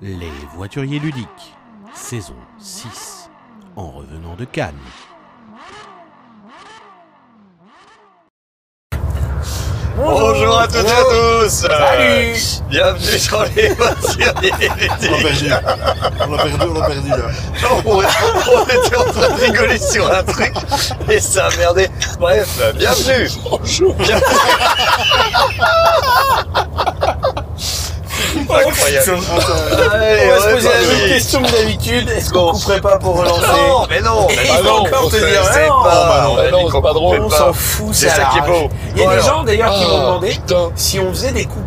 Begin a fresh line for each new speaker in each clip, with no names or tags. Les voituriers ludiques, saison 6, en revenant de Cannes.
Bonjour à toutes et à tous
Salut.
Euh, Bienvenue sur les voitures des
On l'a perdu. On l'a perdu, on l'a perdu là.
on, on était en train de rigoler sur un truc et ça a merdé. Bref, euh, bienvenue Bonjour Incroyable
Ah, ça-
Allez,
Oh, On va se poser la
reparti.
même question que d'habitude. Est-ce qu'on
Bon.
couperait pas pour relancer Ah
Non, mais non
Et
mais
il va
non,
encore
on
te
se
dire,
sait
ah non,
pas,
bah non,
on a
non,
dit
c'est
qu'on
pas drôle.
pouvait
On
pas.
s'en fout,
C'est
ça
ça qui est
l'arrache.
beau.
Il y a
Bon,
des
alors.
gens d'ailleurs qui m'ont
Ah,
demandé
Putain.
si on faisait des coupes.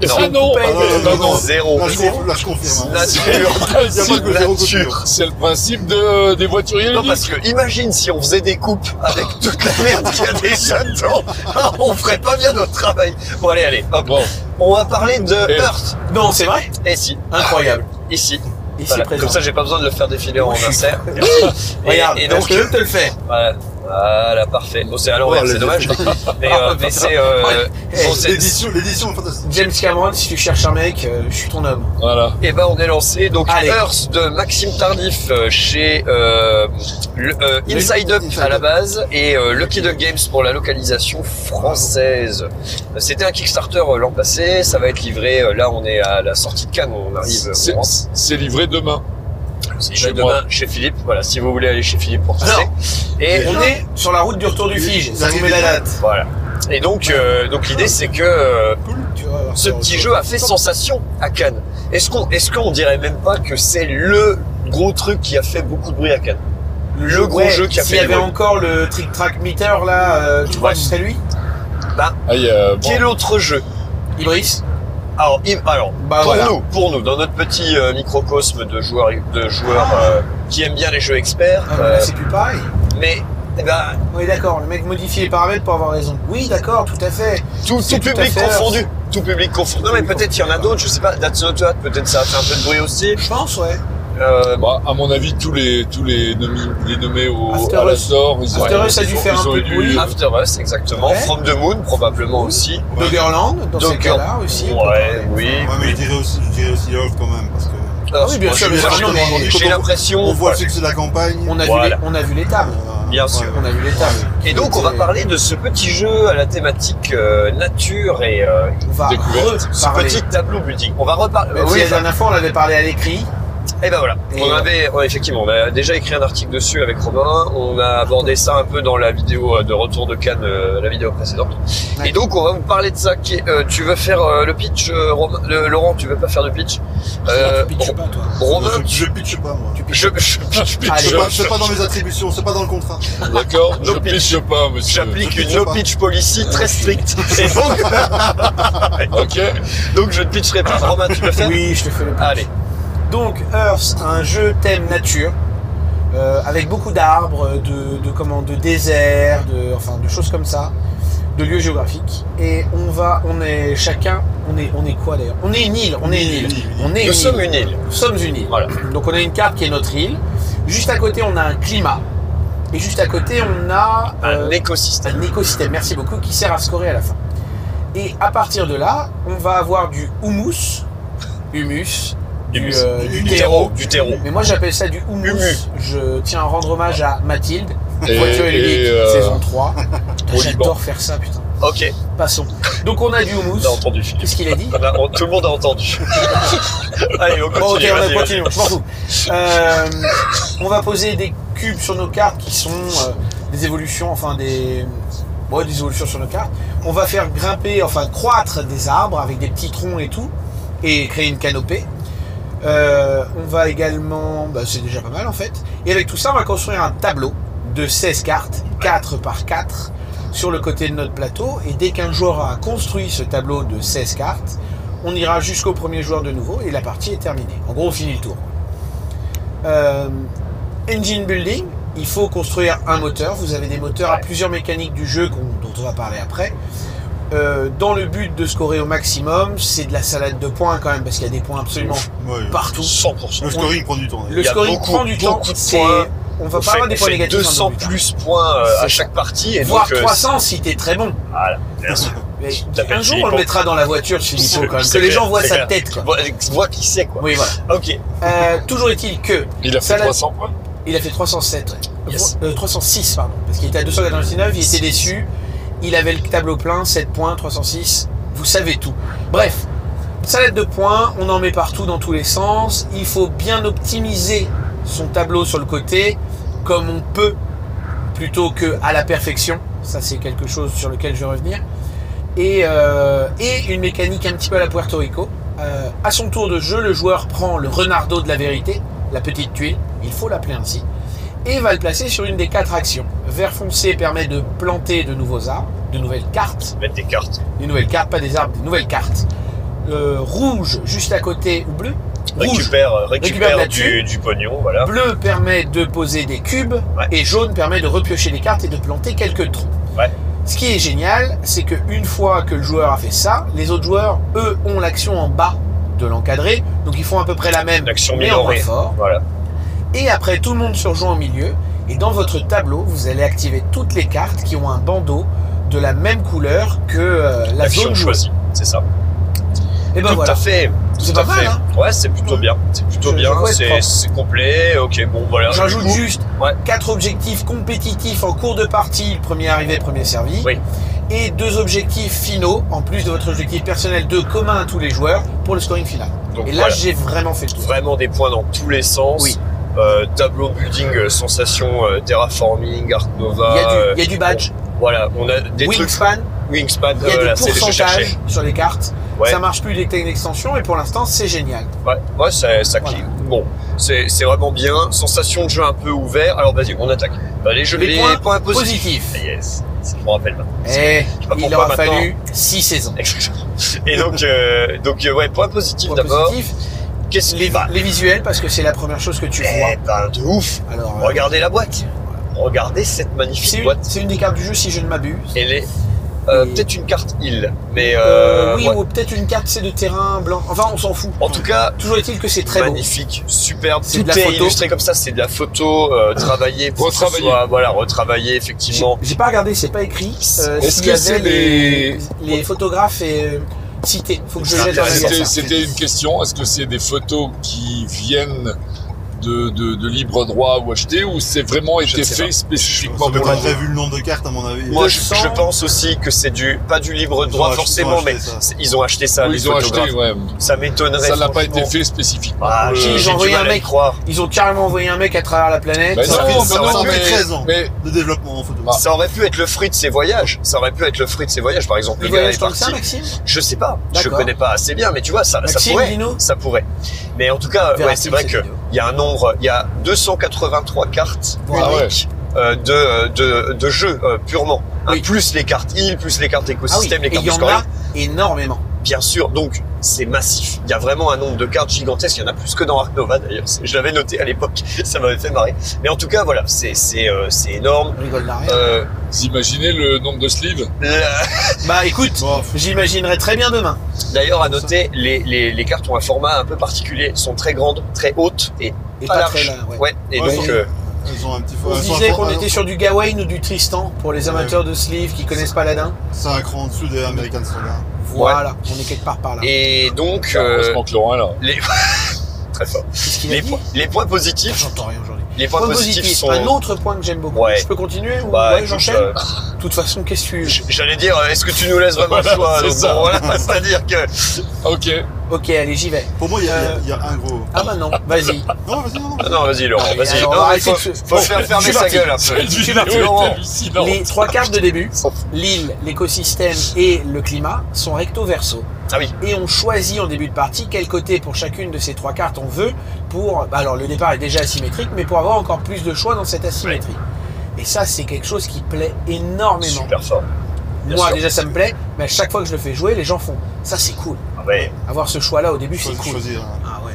Et
Non.
ça, non.
Ah,
non, non, non.
Zéro.
Là, je conf- là, je confirme. hein.
Nature.
Il y a pas que zéro coupure.
Nature.
hein. C'est le principe de, des voituriers
Non,
ludiques.
parce que imagine si on faisait des coupes avec toute la merde qu'il y a déjà dedans, Ah, on ferait pas bien notre travail. Bon, allez, allez, hop.
Bon,
On va parler de
Et-
Earth.
Non, c'est vrai
Et si,
Incroyable.
ici.
Ici
Voilà.
présent.
Comme ça, j'ai pas besoin de le faire défiler en
Oui.
insert.
Regarde,
et, et donc, euh,
je peux te le faire.
voilà, Voilà, parfait. Bon, c'est à l'envers,
Oh,
c'est
les-
dommage. mais euh, mais c'est, euh,
Ah, Ouais.
bon,
Eh,
c'est-
L'édition, l'édition est fantastique.
James Cameron, si tu cherches un mec, euh, je suis ton homme.
voilà.
Eh ben on est lancé donc
Allez.
Earth de Maxime Tardif euh, chez euh, le- euh, Inside Up à la base et euh, Lucky Duck Games pour la localisation française. Euh, C'était un Kickstarter euh, l'an passé, ça va être livré. euh, Là on est à la sortie de Cannes, on arrive. euh,
C'est
on
c'est livré demain.
rentre
chez
demain
moi.
chez Philippe. Voilà, si vous voulez aller chez Philippe pour tester. Et
On est sur la route du retour du Fige. Ça vous met la date.
voilà. Et donc euh, donc l'idée c'est que euh, ce petit jeu a fait sensation à Cannes. Est-ce qu'on est-ce qu'on dirait même pas que c'est le gros truc qui a fait beaucoup de bruit à Cannes Le gros
Ouais,
jeu qui a
S'il
fait
y
du
avait
bruit.
encore le Trick Track Meter là, euh, tu crois que ce serait lui
Aïe, euh, bon.
Quel autre jeu
Ibris
alors, Yves, alors
Bah
pour
voilà.
nous, pour nous, dans notre petit euh, microcosme de joueurs, de joueurs euh, qui aiment bien les jeux experts,
Ah, bah,
euh,
là, c'est plus pareil.
mais eh ben,
Oui, d'accord, le mec modifie les paramètres pour avoir raison. Oui, d'accord, tout à fait.
tout,
C'est tout
tout
à
public
fait
confondu, tout public confondu. Non mais peut-être il y en a d'autres, je sais pas. That's Not Hot, peut-être ça a fait un peu de bruit aussi.
Je pense, ouais.
Euh,
Bah, à mon avis, tous les, tous les, nommés, les nommés au,
After
à la
Us.
sort, ils ont,
After Us a
ils
dû
ont-
faire
ils
un
ont
peu de
eu-
bruit.
After Us, exactement.
Ouais.
From the Moon, probablement aussi.
Doggerland, dans ces
Donc,
cas-là aussi. on peut
Ouais,
parler.
oui.
Ouais, mais je dirais aussi, je dirais aussi off quand même, parce que
Ah,
oui, bien
moi,
sûr,
je-
mais
moi,
non,
je-
mais-
J'ai l'impression.
on voit
voilà.
le succès de la campagne.
On a, vu
Voilà.
les, on a vu les tables.
Euh,
Bien sûr.
On a vu les tables.
Et donc, on va parler de ce petit jeu à la thématique euh, nature et euh,
On va
Découverte.
ce
reparler.
petit tableau ludique. On va reparler.
Bah oui,
oui,
la dernière fois, on l'avait parlé à l'écrit.
et ben voilà.
Et
on
voilà.
avait ouais, effectivement, on a déjà écrit un article dessus avec Robin. On a abordé ça un peu dans la vidéo euh, de retour de Cannes, euh, la vidéo précédente.
Ouais.
Et donc, on va vous parler de ça. Qui est- euh, tu veux faire euh, le pitch, euh, Robin- le- Laurent Tu veux pas faire de pitch Euh,
Tu pitches pas, toi.
Robin,
Je, je pitche pas, moi.
Tu pitches
je, je, je- je-
Allez.
C'est
je-
pas, c'est pas dans mes attributions, c'est pas dans le contrat.
D'accord, je
No pitch.
pitche pas, monsieur.
J'applique
Je
une
pitche
no
pas.
pitch policy très stricte. Et donc,
Ok.
donc je ne pitcherai pas. Romain, tu peux
pas.
faire
Oui, je te fais le
Allez,
Donc Earth, un jeu thème nature, euh, avec beaucoup d'arbres, de, de comment, de déserts, de, enfin, de choses comme ça, de lieux géographiques. Et on va, on est chacun, on est, on est quoi d'ailleurs On est une île, on est une île, on est une
nous sommes
île.
une île.
Nous sommes une île.
Voilà.
Donc on a une carte qui est notre île. Juste à côté, on a un climat. Et juste à côté, on a
Un
euh,
écosystème.
un écosystème, merci beaucoup, qui sert à scorer à la fin. Et à partir de là, on va avoir du houmous, humus, du,
Humus.
euh, du
Du
terreau.
terreau, du terreau.
Mais moi j'appelle ça du houmous.
Humus.
Je tiens à rendre hommage à Mathilde,
Et,
voiture et ludique,
et, euh,
saison 3. Putain,
au Liban.
J'adore faire ça, putain.
Ok,
Passons. Donc on a du houmous.
on a entendu Philippe.
Qu'est-ce qu'il a dit
On a- on- tout le monde a entendu. Allez, on
Bon, ok,
continue.
on a
vas-y,
continué, je m'en fous. Euh, on va poser des cubes sur nos cartes qui sont euh, des évolutions, enfin des. ouais, des évolutions sur nos cartes. On va faire grimper, enfin croître des arbres avec des petits troncs et tout, et créer une canopée. Euh, on va également. bah, c'est déjà pas mal en fait. Et avec tout ça, on va construire un tableau de 16 cartes, 4 par 4, sur le côté de notre plateau. Et dès qu'un joueur a construit ce tableau de 16 cartes, on ira jusqu'au premier joueur de nouveau et la partie est terminée. En gros, on finit le tour. Euh, engine building, il faut construire un moteur. Vous avez des moteurs à plusieurs mécaniques du jeu qu'on- dont on va parler après. Euh, dans le but de scorer au maximum, c'est de la salade de points quand même, parce qu'il y a des points absolument
Ouais.
partout.
100%.
Le scoring prend du temps.
Le
Il y a
scoring
beaucoup,
prend du temps.
beaucoup de
c'est-
points.
On va
On
pas
fait-
avoir des
on
points
fait
négatifs.
200
dans le but, hein.
plus points euh,
C'est
à
ça.
chaque partie. Et
Voire
donc, euh,
300 si t'es très bon.
Voilà, bien sûr.
Mais
t'appelles
un jour, on
Philippot.
le mettra dans la voiture, Philippot, quand même.
C'est
Que les
clair,
gens voient
c'est
sa
clair.
tête, quoi.
Voit, voit qui c'est, quoi.
Oui, voilà.
Ok.
Euh, toujours est-il que
Il a fait
Salade.
300 points.
il a fait 307, ouais.
Yes.
Euh, 306, pardon, parce qu'il était à 299, il était déçu, il avait le tableau plein, 7 points, 306, vous savez tout. Bref, salade de points, on en met partout dans tous les sens, il faut bien optimiser son tableau sur le côté comme on peut, plutôt que à la perfection, ça c'est quelque chose sur lequel je vais revenir, et, euh, et une mécanique un petit peu à la Puerto Rico. Euh, à son tour de jeu, le joueur prend le renardo de la vérité, la petite tuile, il faut l'appeler ainsi, et va le placer sur une des quatre actions. Vert foncé permet de planter de nouveaux arbres, de nouvelles cartes,
Mettre des cartes.
des nouvelles cartes, pas des arbres, des nouvelles cartes. Euh, rouge juste à côté ou bleu. Rouge.
Récupère, euh,
Récupère de la
récupère du,
thune.
du pognon, voilà.
Bleu permet de poser des cubes
Ouais.
et jaune permet de repiocher des cartes et de planter quelques trous.
Ouais.
Ce qui est génial, c'est que une fois que le joueur a fait ça, les autres joueurs, eux, ont l'action en bas de l'encadré, donc ils font à peu près la même,
Une action
mais en moins
minorée.
fort.
Voilà.
Et après, tout le monde se rejoint au milieu. Et dans votre tableau, vous allez activer toutes les cartes qui ont un bandeau de la même couleur que euh, la
L'action
zone jouée.
choisie, c'est ça.
Et ben
Tout
voilà.
à fait.
C'est
tout
pas
à
mal,
fait.
hein
Ouais, c'est plutôt
Ouais.
bien. C'est plutôt
Je- je
bien.
vois être
C'est
propre.
c'est complet. Ok, bon, voilà.
J'ajoute
Du coup,
juste
Ouais.
quatre objectifs compétitifs en cours de partie, le premier arrivé, le premier servi.
Oui.
Et deux objectifs finaux, en plus de votre objectif personnel, deux communs à tous les joueurs pour le scoring final.
Donc,
et là,
voilà.
j'ai vraiment fait le tour.
vraiment des points dans tous les sens.
Oui.
Euh, tableau building, euh, sensation, euh, terraforming, Art Nova.
Il y, a
euh,
du, il y a du badge,
Voilà, on a des trucs
wingspan,
Wingspan,
il y a
voilà,
du
c'est je cherchais.
pourcentage sur les cartes.
Ouais.
Ça marche plus les techniques d'extension et pour l'instant, c'est génial.
Ouais, ouais, ça, ça
Voilà.
clique. Bon, c'est c'est vraiment bien. Sensation de jeu un peu ouvert. Alors vas-y, on attaque. Bah, les, jeux,
Les
les,
points
positifs. Ah,
Positif.
Yes, ça, je me rappelle maintenant.
Eh,
pas
il
pourquoi
aura
maintenant.
fallu 6 saisons.
Exactement. Et donc, euh, donc euh, ouais, point positif
Point
d'abord.
positif,
Qu'est-ce
les,
qui va
les visuels, parce que c'est la première chose que tu vois.
Bah. Eh ben, de ouf.
Alors, euh,
Regardez la boîte. Regardez cette
c'est
magnifique
une,
boîte.
c'est une des cartes du jeu, si je ne m'abuse.
Elle est euh,
Et-
peut-être une carte île, mais euh,
Euh, oui,
ouais.
ou peut-être une carte, c'est de terrain blanc. Enfin, on s'en fout.
en tout cas,
Toujours est-il que c'est très beau.
magnifique, superbe.
C'est
Tout
de la
est
photo.
illustré comme ça, c'est de la photo euh, travaillée, pour que ce
Retravaillée.
soit- voilà, retravaillée
J'ai
effectivement.
j'ai pas regardé, c'est pas écrit. Euh,
Est-ce
s'il
que
y
c'est
avait les,
des-
les photographes et, euh, cités. Faut que je jette un
C'était-
regard à
Ah, C'était
ça.
c'était une question. Est-ce que c'est des photos qui viennent de, de, de libre droit ou achetées ou c'est vraiment
Je
été
ne sais
fait
pas.
spécifiquement
On n'a
pour
pas
la
déjà vu le nombre de cartes, à mon avis.
Moi, je,
200.
je pense aussi que c'est du pas du libre
Ils ont
droit
acheté- ils
forcément,
ont
mais
acheté ça.
c'est- ils ont acheté ça.
Oui,
les
Ils ont acheté,
photographes.
ouais.
Ça m'étonnerait.
Ça n'a pas été
franchement.
fait spécifiquement.
Ah,
Euh,
j'ai
Ils ont
j'ai du
envoyé
mal
un
à y
mec.
croire.
Ils ont carrément envoyé un mec à travers la planète.
Bah
Ça
non,
fait-
bah
ça
non,
fait
mais-
13 ans.
mais
De développement en photo.
Ah.
Ça aurait pu être le fruit de ses voyages. Ça aurait pu être le fruit de ses voyages. Par exemple,
Ils
le gars
voyagent
est
tant que ça,
parti.
Maxime
Je sais pas. Je
D'accord.
connais pas assez bien, mais tu vois, ça, ça
Maxime,
pourrait.
dis-nous.
Ça pourrait. Mais en tout cas, ouais,
Verra-t-il
c'est vrai
cette
que Ah
vidéo
il y a un nombre, il y a 283 cartes
Ah ouais.
uniques euh, de, euh, de, de jeux euh, purement. Hein,
Oui.
plus les cartes îles, plus les cartes
Ah oui,
écosystèmes,
et il
les cartes
y
de
en
scoring.
a énormément.
Bien sûr, donc c'est massif. Il y a vraiment un nombre de cartes gigantesques. Il y en a plus que dans Ark Nova d'ailleurs. C'est- Je l'avais noté à l'époque, ça m'avait fait marrer. Mais en tout cas, voilà, c'est c'est euh, c'est énorme.
On rigole d'arrière.
Euh,
Vous imaginez le nombre de sleeves
la-
Bah écoute,
Bon,
j'imaginerai très bien demain.
D'ailleurs, à noter, les, les, les cartes ont un format un peu particulier. Elles sont très grandes, très hautes et
Et
pas
pas très
larges.
là, ouais.
Ouais, et
Ouais,
donc
ils
euh,
Ils ont un petit
On
elles
se
sont un
disait
cran-
qu'on
elles
était sur du Gawain ou du Tristan pour les
Ouais.
amateurs de sleeve qui connaissent Paladin.
ont- C'est un cran en dessous des American Standard.
Voilà, on est quelque part par là.
et donc euh,
Heureusement que Laurent est là.
les très fort.
Qu'est-ce qu'il a
Les,
dit
points- les points positifs,
J'entends rien aujourd'hui.
les points
Point
positifs
positif,
sont.
un autre point que j'aime beaucoup.
Ouais.
Je peux continuer ou
Bah,
ouais,
écoute,
j'enchaîne
euh,
De toute façon, qu'est-ce que tu...
j- J'allais dire, euh, est-ce que tu nous laisses vraiment le
Voilà,
choix
c'est
Donc,
ça.
bon, voilà, C'est-à-dire que
Ah, Ok.
Ok, allez, j'y vais.
Pour moi, il y, a- il y a-
Euh.
il y a un gros.
Ah bah non, vas-y.
Non, vas-y, non, non.
Ah non, vas-y, Laurent,
Allez,
vas-y.
alors, on
Non,
va
il faut,
arrêter de se-
faut
Bon,
faire
je
fermer
suis
sa
parti.
gueule un
Cette
peu.
vidéo est
Laurent.
hallucinante.
Les trois cartes de début, l'île, l'écosystème et le climat, sont recto verso.
Ah oui,
et on choisit en début de partie quel côté pour chacune de ces trois cartes on veut pour bah alors le départ est déjà asymétrique mais pour avoir encore plus de choix dans cette asymétrie. Et ça c'est quelque chose qui plaît énormément.
super fort. bien
Moi
sûr.
déjà ça me plaît mais à chaque fois que je le fais jouer les gens font ça c'est cool.
Ah ouais.
Avoir ce choix là au début c'est
Choisir,
cool.
choisir.
Ah ouais.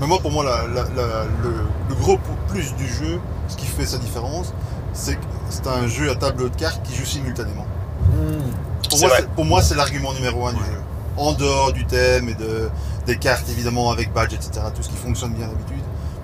Mais moi, pour moi, la- la- la- le, le gros pou- plus du jeu, ce qui fait sa différence, c'est que c'est un jeu à table de cartes qui joue simultanément.
Hmm.
Pour
C'est
moi,
vrai.
c'est- pour moi, c'est l'argument numéro un du jeu. En dehors du thème et de, des cartes, évidemment, avec badge, etc., tout ce qui fonctionne bien d'habitude.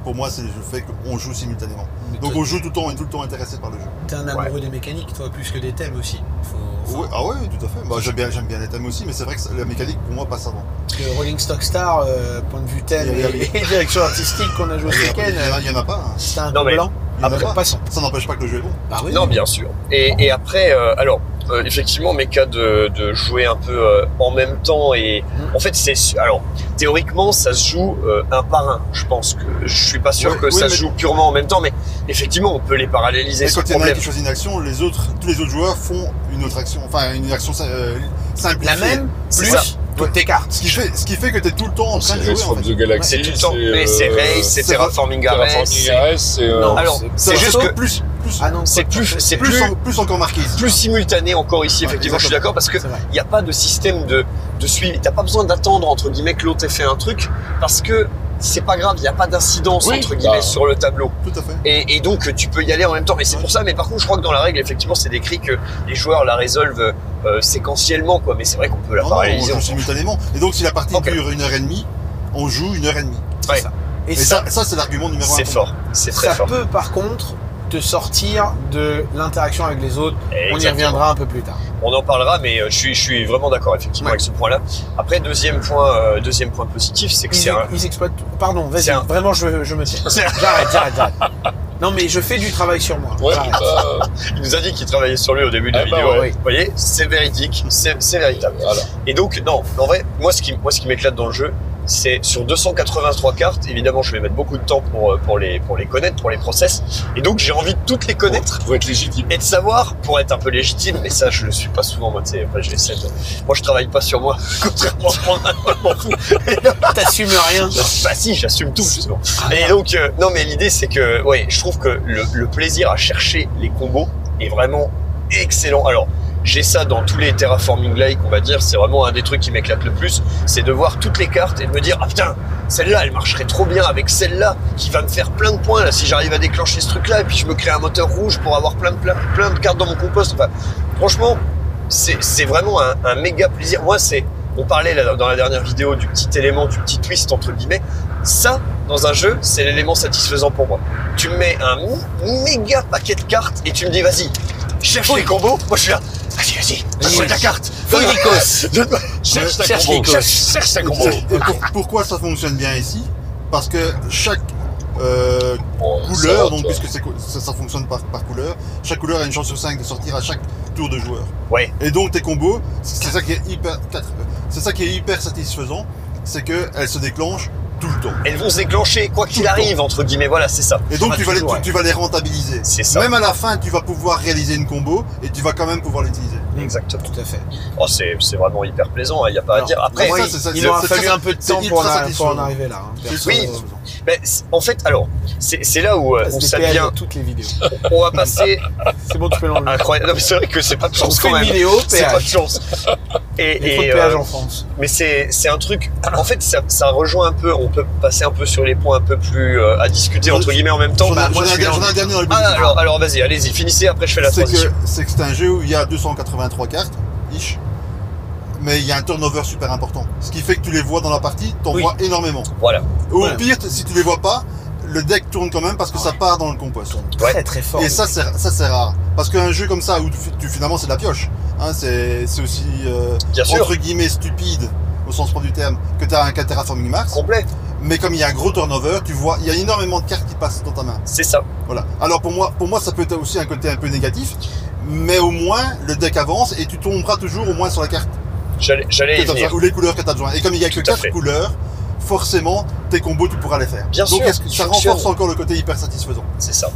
pour moi, c'est le fait qu'on joue simultanément.
Mais
Donc
toi,
on joue tout le temps, on est tout le temps intéressé par le jeu.
T'es un amoureux des mécaniques, toi, plus que des thèmes aussi. Faut, faut-
Oui, ah oui, tout à fait. Bah, j'aime bien, j'aime bien les thèmes aussi, mais c'est vrai que ça- la mécanique pour moi passe avant.
parce que Rolling Stock Star, euh, point de vue thème
Il y a-
et, et direction artistique qu'on a joué
Il
ce
y en a-
week-end,
il y en a- il y en a pas. hein.
c'était un
Non,
non,
mais-
blanc. Ah, bah,
Il y en a pas.
passant.
Ça n'empêche pas que le jeu est bon.
Bah oui.
Non, bien sûr. Et, et après, euh, alors, euh, effectivement, mes cas de, de jouer un peu euh, en même temps et
Mhm.
en fait, c'est su- alors théoriquement, ça se joue euh, un par un. Je pense que je suis pas sûr
Ouais,
que
oui,
ça
mais-
se joue purement en même temps, mais effectivement, on peut les paralléliser
Mais
sans
quand il y en a un
problème.
qui choisit une action, les autres, tous les autres joueurs font une autre action, enfin une action euh, simplifiée.
La même,
C'est
plus
ça.
toutes tes cartes.
Ce qui fait, ce qui fait que t'es tout le temps en train
C'est
de jouer.
Race
en
from
fait.
the Galaxy.
C'est tout le temps. Mais c'est
euh,
Race, c'est
c'est
Terraforming
Terraforming
Ares. c'est-
Ares, c'est. euh,
Non,
Alors,
Ça
c'est
va
juste
encore
que
plus, plus,
Ah non,
c'est plus, c'est
plus,
plus,
en- plus encore marqué. ici.
plus simultané encore ici.
Ouais,
Effectivement, je suis
exactement.
d'accord parce que
C'est vrai.
il n'y a pas de système de, de suivi. T'as pas besoin d'attendre entre guillemets que l'autre ait fait un truc parce que c'est pas grave, il n'y a pas d'incidence
Oui,
entre guillemets
bah.
sur le tableau.
Tout à fait.
Et, et donc tu peux y aller en même temps. Et c'est pour ça, mais par contre je crois que dans la règle, effectivement, c'est décrit que les joueurs la résolvent euh, séquentiellement, quoi. Mais c'est vrai qu'on peut la
Non, non, on
paralléliser.
joue
ensemble.
simultanément. Et donc si la partie
Ok.
dure une heure et demie, on joue une heure et demie.
Et,
Et,
ça,
ça, ça c'est l'argument numéro un.
C'est fort, c'est très
ça
fort.
peut par contre te sortir de l'interaction avec les autres. On y
Exactement.
reviendra un peu plus tard.
On en parlera, mais euh, je suis, je suis vraiment d'accord effectivement
Ouais.
avec ce point-là. Après, deuxième point, euh, deuxième point positif, c'est que
Ils,
c'est un.
ils exploitent. Pardon, vas-y.
C'est un-
Vraiment, je, je me tiens.
c'est un-
J'arrête, j'arrête, j'arrête. Non, mais je fais du travail sur moi.
Ouais,
J'arrête.
bah,
Il nous a dit qu'il travaillait sur lui au début de la
Ah bah
vidéo. hein.
ouais.
Vous voyez, c'est véridique, c'est c'est véritable.
voilà.
Et donc, non, en vrai, moi, ce qui, moi, ce qui m'éclate dans le jeu, c'est sur 283 cartes. Évidemment, je vais mettre beaucoup de temps pour, euh, pour les, pour les connaître, pour les process. Et donc, j'ai envie de toutes les connaître
Pour être légitime.
et de savoir pour être un peu légitime. Mais ça, je le suis pas souvent, moi, tu sais. Enfin, je l'essaie de- Moi, je travaille pas sur moi. Contrairement à Romain, moi, je m'en fous.
T'assumes rien.
Bah si, j'assume tout justement. Et donc, euh, non mais l'idée c'est que, ouais, je trouve que le, le plaisir à chercher les combos est vraiment excellent. Alors, j'ai ça dans tous les terraforming like, on va dire, c'est vraiment un des trucs qui m'éclate le plus, c'est de voir toutes les cartes et de me dire, ah putain, celle-là, elle marcherait trop bien avec celle-là, qui va me faire plein de points, là, si j'arrive à déclencher ce truc-là, et puis je me crée un moteur rouge pour avoir plein, de- plein, plein de cartes dans mon compost. Enfin, franchement, c'est c'est vraiment un, un méga plaisir. Moi, c'est, on parlait là, dans la dernière vidéo du petit élément, du petit twist, entre guillemets, ça, dans un jeu, c'est l'élément satisfaisant pour moi. Tu me mets un mé- méga paquet de cartes et tu me dis, vas-y, cherche les combos. Moi, je suis là, vas-y, vas-y, donne-moi ta carte. Donne-moi- Cherche ta
Cherche
combo.
Nikos.
Cherche, cherche ta combo.
Et pour- pourquoi ça fonctionne bien ici Parce que chaque euh,
Bon, ça
couleur,
va,
donc
toi.
puisque c'est cou- ça, ça fonctionne par, par couleur, chaque couleur a une chance sur 5 de sortir à chaque tour de joueur.
Ouais.
Et donc tes combos, c'est ça qui est hyper, quatre. euh, c'est ça qui est hyper satisfaisant, c'est que elles se déclenchent tout le temps.
Elles vont se déclencher, quoi qu'il
Tout le
arrive, entre guillemets. Voilà, c'est ça.
Et donc
Ah,
tu vas, les,
toujours,
tu, tu vas les rentabiliser.
C'est ça.
Même à la fin, tu vas pouvoir réaliser une combo et tu vas quand même pouvoir l'utiliser.
Exactement.
Tout à fait.
Oh, c'est c'est vraiment hyper plaisant, il n'y a pas à
Alors,
dire. Après,
moi,
Vraiment,
ça, c'est ça,
il
c'est-
aura
c'est
fallu
très-
un peu de
c'est
temps
ultra
pour en, a-
satisfaisant.
pour en arriver là. hein.
C'est
Oui.
ultra satisfaisant.
ben, c'est- en fait, alors, c'est c'est là où euh, on
SDPL
s'advient.
dans toutes les vidéos.
On va passer
C'est bon, tu peux l'enlever.
Incroyable. Non, mais c'est vrai que c'est pas de
On
chance
fait
quand
une
Ah, même.
vidéo,
C'est pas de
péage.
chance.
Il
Et,
y a trop de
et, euh,
péage en France.
mais c'est c'est un truc. En fait, ça, ça rejoint un peu. On peut passer un peu sur les points un peu plus euh, à discuter entre guillemets en même temps.
J'en ai-
Bah,
j'en
moi,
ai
je
un
suis là-
j'en ai un dernier dans le
Ah,
budget.
alors, alors vas-y, allez-y, finissez. Après, je fais la
c'est
transition.
que c'est que c'est un jeu où il y a 283 cartes, ish, mais il y a un turnover super important. Ce qui fait que tu les vois dans la partie, t'en
Oui.
vois énormément.
Voilà.
Au
Ouais.
pire, t- si tu les vois pas, le deck tourne quand même parce que ça part dans le compost.
Ouais.
Très très fort.
Et ça c'est ça c'est rare. Parce qu'un jeu comme ça où tu, tu- finalement c'est de la pioche, hein, c'est c'est aussi euh,
Bien sûr.
entre guillemets stupide au sens propre du terme que t'as un cas Terraforming Mars.
Complet.
Mais comme il y a un gros turnover, tu vois, il y a énormément de cartes qui passent dans ta main.
C'est ça.
Voilà. Alors pour moi, pour moi, ça peut être aussi un côté un peu négatif, mais au moins le deck avance et tu tomberas toujours au moins sur la carte
J'allais- J'allais
que
y
t'as
venir.
besoin, ou les couleurs que tu as besoin. Et comme il y a que
Tout à
quatre
fait.
couleurs, forcément tes combos tu pourras les faire.
Bien
Donc
sûr,
est-ce que ça
bien sûr.
renforce encore le côté hyper satisfaisant.
C'est ça.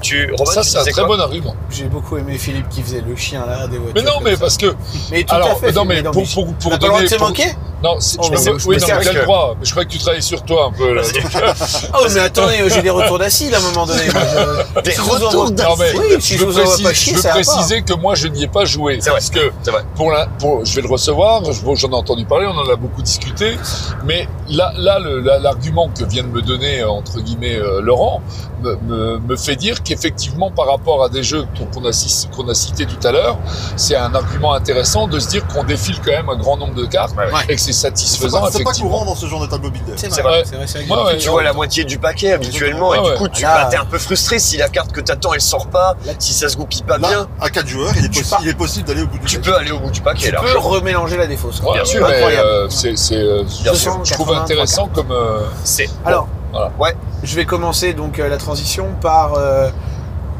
Tu, Romain,
Ça,
tu
c'est un
disais
très
quoi
bon argument.
J'ai beaucoup aimé Philippe qui faisait le chien là des voitures.
Mais non,
comme
mais
ça.
parce que.
Mais tout à
Alors,
fait.
non,
Philippe,
mais pour,
mais-
pour, pour
T'as pas le droit
donner.
de se
pour-
manquer
Non, c'est-
Oh,
je
mais
me-
c'est-
oui,
mais
non,
c'est
mais
vrai
t'as le
que-
droit. Mais je crois que tu travailles sur toi un peu. là.
Vas-y.
Oh, mais attendez, j'ai des retours d'acide à un moment donné. moi, je-
Des
Si vous en-
retours
Non, mais
Oui, si je
je veux
vous envoie pas chier,
je veux
ça va pas.
préciser que moi, je n'y ai pas joué.
C'est vrai.
Parce que
C'est vrai.
pour la, pour, je vais le recevoir. je- bon, J'en ai entendu parler, on en a beaucoup discuté. Mais là, là, le- la- l'argument que vient de me donner euh, entre guillemets euh, Laurent me, me, me fait dire qu'effectivement, par rapport à des jeux qu'on- qu'on a, cis- qu'on a cités tout à l'heure, c'est un argument intéressant de se dire qu'on défile quand même un grand nombre de cartes
Ouais,
et que c'est satisfaisant,
C'est pas,
effectivement.
courant dans ce genre de tableau builder.
C'est
C'est
vrai,
vrai.
c'est vrai, c'est vrai.
Ouais, ouais,
tu
ouais.
vois la moitié du paquet habituellement
Ah
et
ouais.
du coup tu
Là,
bah, t'es un peu frustré si la carte que t'attends elle sort pas,
Là,
si ça se goupille pas
Bah.
Là,
bien,
à 4 joueurs, il est,
Tu
possi-
pars.
il est possible d'aller au bout du
tu
jeu.
peux aller au bout du
Tu
paquet là.
peux remélanger la défausse.
Ouais,
Bien sûr,
ouais,
incroyable.
euh, c'est, c'est, euh, je- je trouve
280,
intéressant comme. euh,
C'est
Alors,
Voilà.
Ouais.
je vais commencer donc euh, la transition par. euh,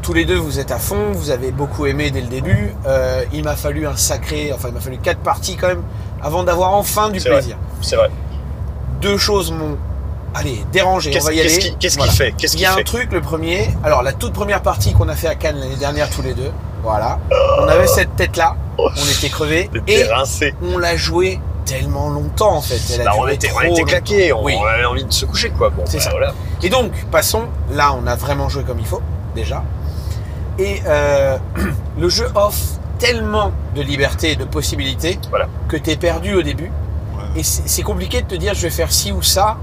tous les deux, vous êtes à fond, vous avez beaucoup aimé dès le début. Euh, il m'a fallu un sacré, enfin il m'a fallu quatre parties quand même avant d'avoir enfin du
C'est vrai.
plaisir.
c'est vrai.
Deux choses m'ont, allez, dérangé. On
Qu'est-ce
va y
qu'est-ce
aller.
qu'il qu'est-ce qu'il
Voilà.
fait Qu'est-ce
Il y
qu'il
a un
fait
truc, le premier. Alors, la toute première partie qu'on a fait à Cannes l'année dernière, tous les deux. Voilà. On avait cette tête-là. On était crevés.
T'es
Et
rincé.
on l'a joué tellement longtemps, en fait. Elle a
Bah, on
duré
était, on
trop
était
longtemps.
claqués, on,
Oui.
on avait envie de se coucher quoi. Bon,
C'est
bah,
ça.
voilà.
Et donc, passons. Là, on a vraiment joué comme il faut, déjà. Et euh, le jeu offre tellement de liberté et de possibilités
Voilà.
que tu es perdu au début.
Ouais.
Et c'est c'est compliqué de te dire je vais faire ci ou ça.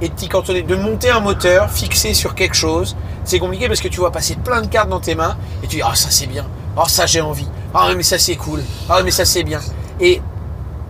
Et de t'y cantonner, de monter un moteur fixé sur quelque chose. C'est compliqué parce que tu vois passer plein de cartes dans tes mains et tu dis ah ça c'est bien, ah ça j'ai envie, ah mais ça c'est cool, ah mais ça c'est bien. Et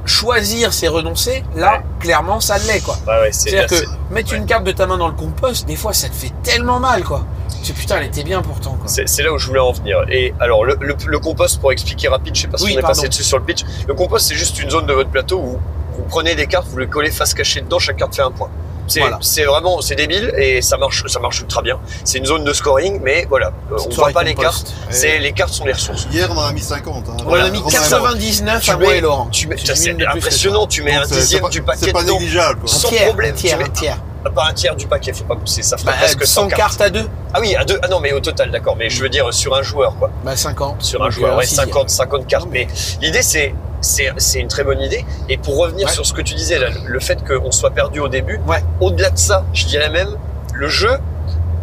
choisir c'est renoncer. Là,
Ouais.
clairement ça l'est quoi.
Ouais, ouais, c'est
C'est-à-dire
c'est-
que mettre
ouais.
une carte de ta main dans le compost, des fois, ça te fait tellement mal, quoi. Tu dis, putain, elle était bien pourtant, quoi.
C'est c'est là où je voulais en venir. Et alors, le, le- le compost, pour expliquer rapide, je sais pas si
Oui,
on est
pardon.
passé dessus sur le pitch. Le compost, c'est juste une zone de votre plateau où vous prenez des cartes, vous les collez face cachée dedans, chaque carte fait un point. C'est
Voilà.
c'est vraiment, c'est débile et ça marche, ça marche ultra bien. C'est une zone de scoring, mais voilà, euh, on
Cette
voit
soirée
pas les
compost.
cartes. C'est les cartes sont les ressources.
Hier, on en a mis 50. hein.
On en
Voilà.
a mis
Romain-
99 à
mets-
moi et Laurent.
Tu mets,
Tu
ça,
diminues de plus
c'est
que
impressionnant. Tu mets
Donc,
un
c'est- c'est
dixième
pas-
du
C'est
paquet
pas
dedans.
négligeable. quoi.
Un
sans
tiers,
problème,
Un
tu
tiers,
mets-
un tiers.
Pas un tiers du paquet, faut pas pousser. Ça ferait
Bah,
presque 100
100
cartes.
cartes à deux
Ah oui, à deux. Ah non, mais au total, d'accord. Mais je veux dire sur un joueur, quoi.
Bah, 50.
sur un
Donc,
joueur,
euh,
ouais,
six dixièmes.
50, 50 cartes.
Non,
Mais l'idée, c'est, c'est, c'est une très bonne idée. Et pour revenir
Ouais.
sur ce que tu disais, là, le- le fait qu'on soit perdu au début,
Ouais.
au-delà de ça, je dirais même, le jeu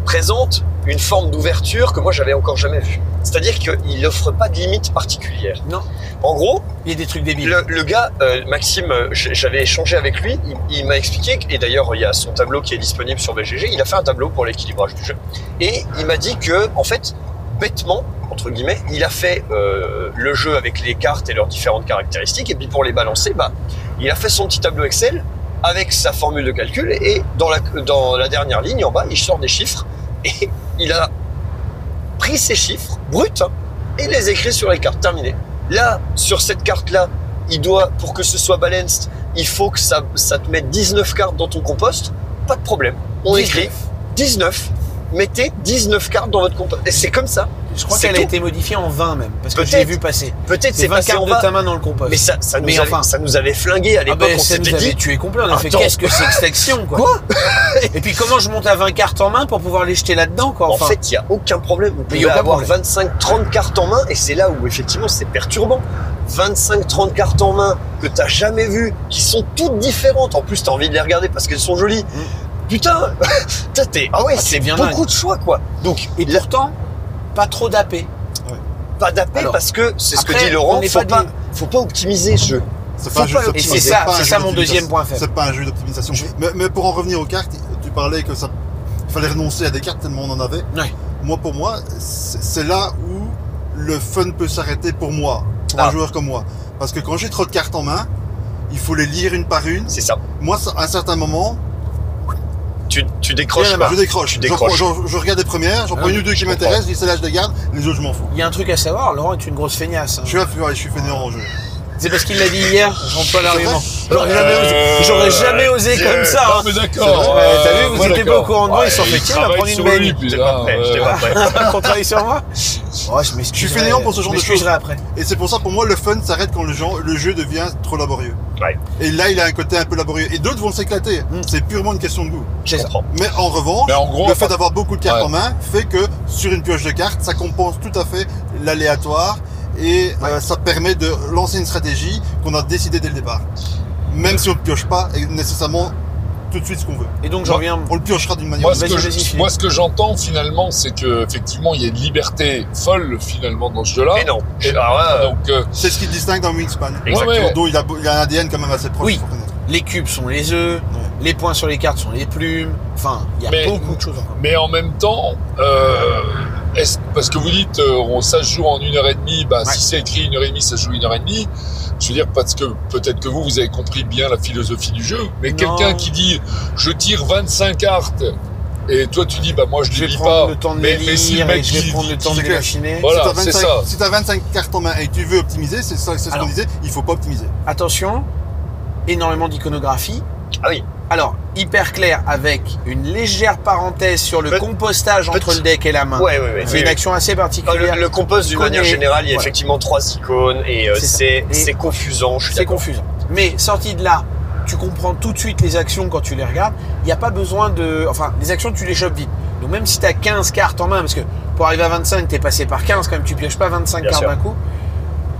présente une forme d'ouverture que moi j'avais encore jamais vue. C'est-à-dire qu'il n'offre pas de limite particulière.
Non.
En gros,
Il y a des trucs débiles.
le, le gars, euh, Maxime, euh, j- j'avais échangé avec lui, il, il m'a expliqué, que- et d'ailleurs il y a son tableau qui est disponible sur BGG, il a fait un tableau pour l'équilibrage du jeu. Et il m'a dit que, en fait, bêtement, entre guillemets, il a fait euh, le jeu avec les cartes et leurs différentes caractéristiques, et puis pour les balancer, bah, il a fait son petit tableau Excel avec sa formule de calcul, et dans la, dans la dernière ligne en bas, il sort des chiffres, et il a pris ces chiffres, bruts, hein, et les écrit sur les cartes, terminé. Là, sur cette carte-là, il doit, pour que ce soit balanced, il faut que ça, ça te mette 19 cartes dans ton compost, pas de problème. On
19.
écrit 19. Mettez 19 cartes dans votre compost. Et c'est comme ça.
Je crois
c'est
qu'elle a
tout.
été modifiée en 20 même. Parce que
Peut-être.
je l'ai vu passer.
Peut-être
C'est
c'est
20
passé
cartes
en
de
bas.
ta main dans le compost.
Mais ça, ça, nous
Mais
avait,
enfin.
ça nous avait flingué à
Ah
l'époque.
ben,
on
ça nous
s'était
avait
dit,
tué complet. On a fait
Attends.
qu'est-ce que c'est que cette action, quoi. Et puis, comment je monte à 20 cartes en main pour pouvoir les jeter là-dedans, quoi. Enfin,
en fait, il n'y a aucun problème. Vous
il y
pouvez
a aucun
avoir
problème.
25, 30 cartes en main. Et c'est là où, effectivement, c'est perturbant. 25, 30 cartes en main que t'as jamais vues, qui sont toutes différentes. En plus, t'as envie de les regarder parce qu'elles sont jolies. Putain, putain, t'es, ah ouais,
Mm. Ah,
c'est
c'est bien
beaucoup
dingue.
de choix, quoi. Donc,
et pourtant, pas trop d'AP.
pas d'appel
Alors,
parce que c'est ce que
après,
dit
on
Laurent.
n'est
Faut
pas
pas,
des-
faut pas optimiser ce jeu.
C'est pas un
Faut
jeu
pas le-
Et
d'optimisation.
c'est ça,
pas un
c'est
jeu
ça mon
d'optimisation.
deuxième point faible.
C'est pas un jeu d'optimisation. Mais, mais pour en revenir aux cartes, tu parlais que ça fallait renoncer à des cartes tellement on en avait.
Ouais.
Moi, pour moi, c'est c'est là où le fun peut s'arrêter pour moi, pour
Ah.
un joueur comme moi. Parce que quand j'ai trop de cartes en main, il faut les lire une par une.
C'est ça.
Moi, ça- à un certain moment,
Tu, tu décroches pas.
je décroche.
Tu
Je-
décroches.
Je, je regarde les premières, j'en
Ah
prends
oui,
une ou deux qui
comprends.
m'intéressent, je dis celle-là je les garde, les autres je m'en fous.
Il y a un truc à savoir, Laurent est une grosse feignasse. hein.
Je suis, affuré, je suis fainéant en jeu.
C'est parce qu'il l'a dit hier, je rentre pas l'argument. J'aurais jamais
Euh,
osé, j'aurais jamais osé
Dieu.
comme ça.
Ah,
hein.
mais d'accord.
Ouais, t'as
euh,
vu, vous
ouais,
étiez pas
d'accord.
au courant de moi, ils sont
Ouais,
fait tirer, on va
travaille
prendre une
sur
baigne.
lui,
J'étais
putain,
pas prêt,
ouais.
j'étais pas prêt.
Qu'on travaille sur moi Oh, je m'excuse.
Je suis fainéant pour ce genre de choses.
après.
Et c'est pour ça, pour moi, le fun s'arrête quand le, genre- le jeu devient trop laborieux.
Ouais.
Et là, il a un côté un peu laborieux. Et d'autres vont s'éclater.
Mm.
C'est purement une question de goût.
Je comprends.
Mais en revanche,
Mais en gros,
le
enfin-
fait d'avoir beaucoup de cartes
Ouais.
en main fait que sur une pioche de cartes, ça compense tout à fait l'aléatoire et euh, ça permet de lancer une stratégie qu'on a décidée dès le départ. Même si on ne pioche pas et nécessairement tout de suite ce qu'on veut.
Et donc, j'en reviens.
On le piochera d'une manière.
Moi, ce
Vas-y,
que
vas-y,
je-
Philippe.
moi, ce que j'entends finalement, c'est que effectivement, il y a une liberté folle finalement dans ce jeu-là.
Mais non.
Ah
Alors là, euh,
Donc, euh,
C'est ce qu'ils distingue dans Wingspan.
Exactement.
Ouais, ouais.
Donc, il a, il a un ADN quand même assez proche.
Oui.
faut reconnaître.
Les cubes sont les œufs, les points sur les cartes sont les plumes. Enfin, il y a
Mais-
beaucoup de choses encore.
mais en même temps, euh, est-ce- parce que vous dites, euh, on, ça se joue en une heure et demie, bah,
Ouais.
si c'est écrit une heure et demie, ça se joue une heure et demie. Je veux dire, parce que peut-être que vous, vous avez compris bien la philosophie du jeu, mais
Non.
quelqu'un qui dit, je tire 25 cartes, et toi tu dis, bah moi je
Je
ne
vais
lis
prendre
pas.
le temps de
mais-
les
mais si le
lire
mec
et je vais
qui-
prendre le temps
qui
de les
fait-
machiner.
Voilà,
si t'as
c'est
25,
ça.
si t'as 25 cartes en main et que tu veux optimiser, c'est ça, c'est ce qu'on
Alors.
disait, il faut pas optimiser.
Attention, énormément d'iconographie.
Ah oui.
Alors, hyper clair avec une légère parenthèse sur le
Peut-
compostage entre
peut-
le deck et la main.
Ouais, ouais, ouais.
C'est Ah. une action assez
Enfin,
particulière.
le, le compose d'une
Connais-
manière générale, il y a
voilà.
effectivement trois icônes et euh,
C'est ça.
c'est
Et-
c'est confusant. Je suis
C'est
d'accord.
confusant. Mais sorti de là, tu comprends tout de suite les actions quand tu les regardes. Il n'y a pas besoin de. Enfin, les actions, tu les chopes vite. Donc, même si tu as 15 cartes en main, parce que pour arriver à 25, tu es passé par 15 quand même, tu pioches pas 25
Bien
cartes
sûr.
d'un coup.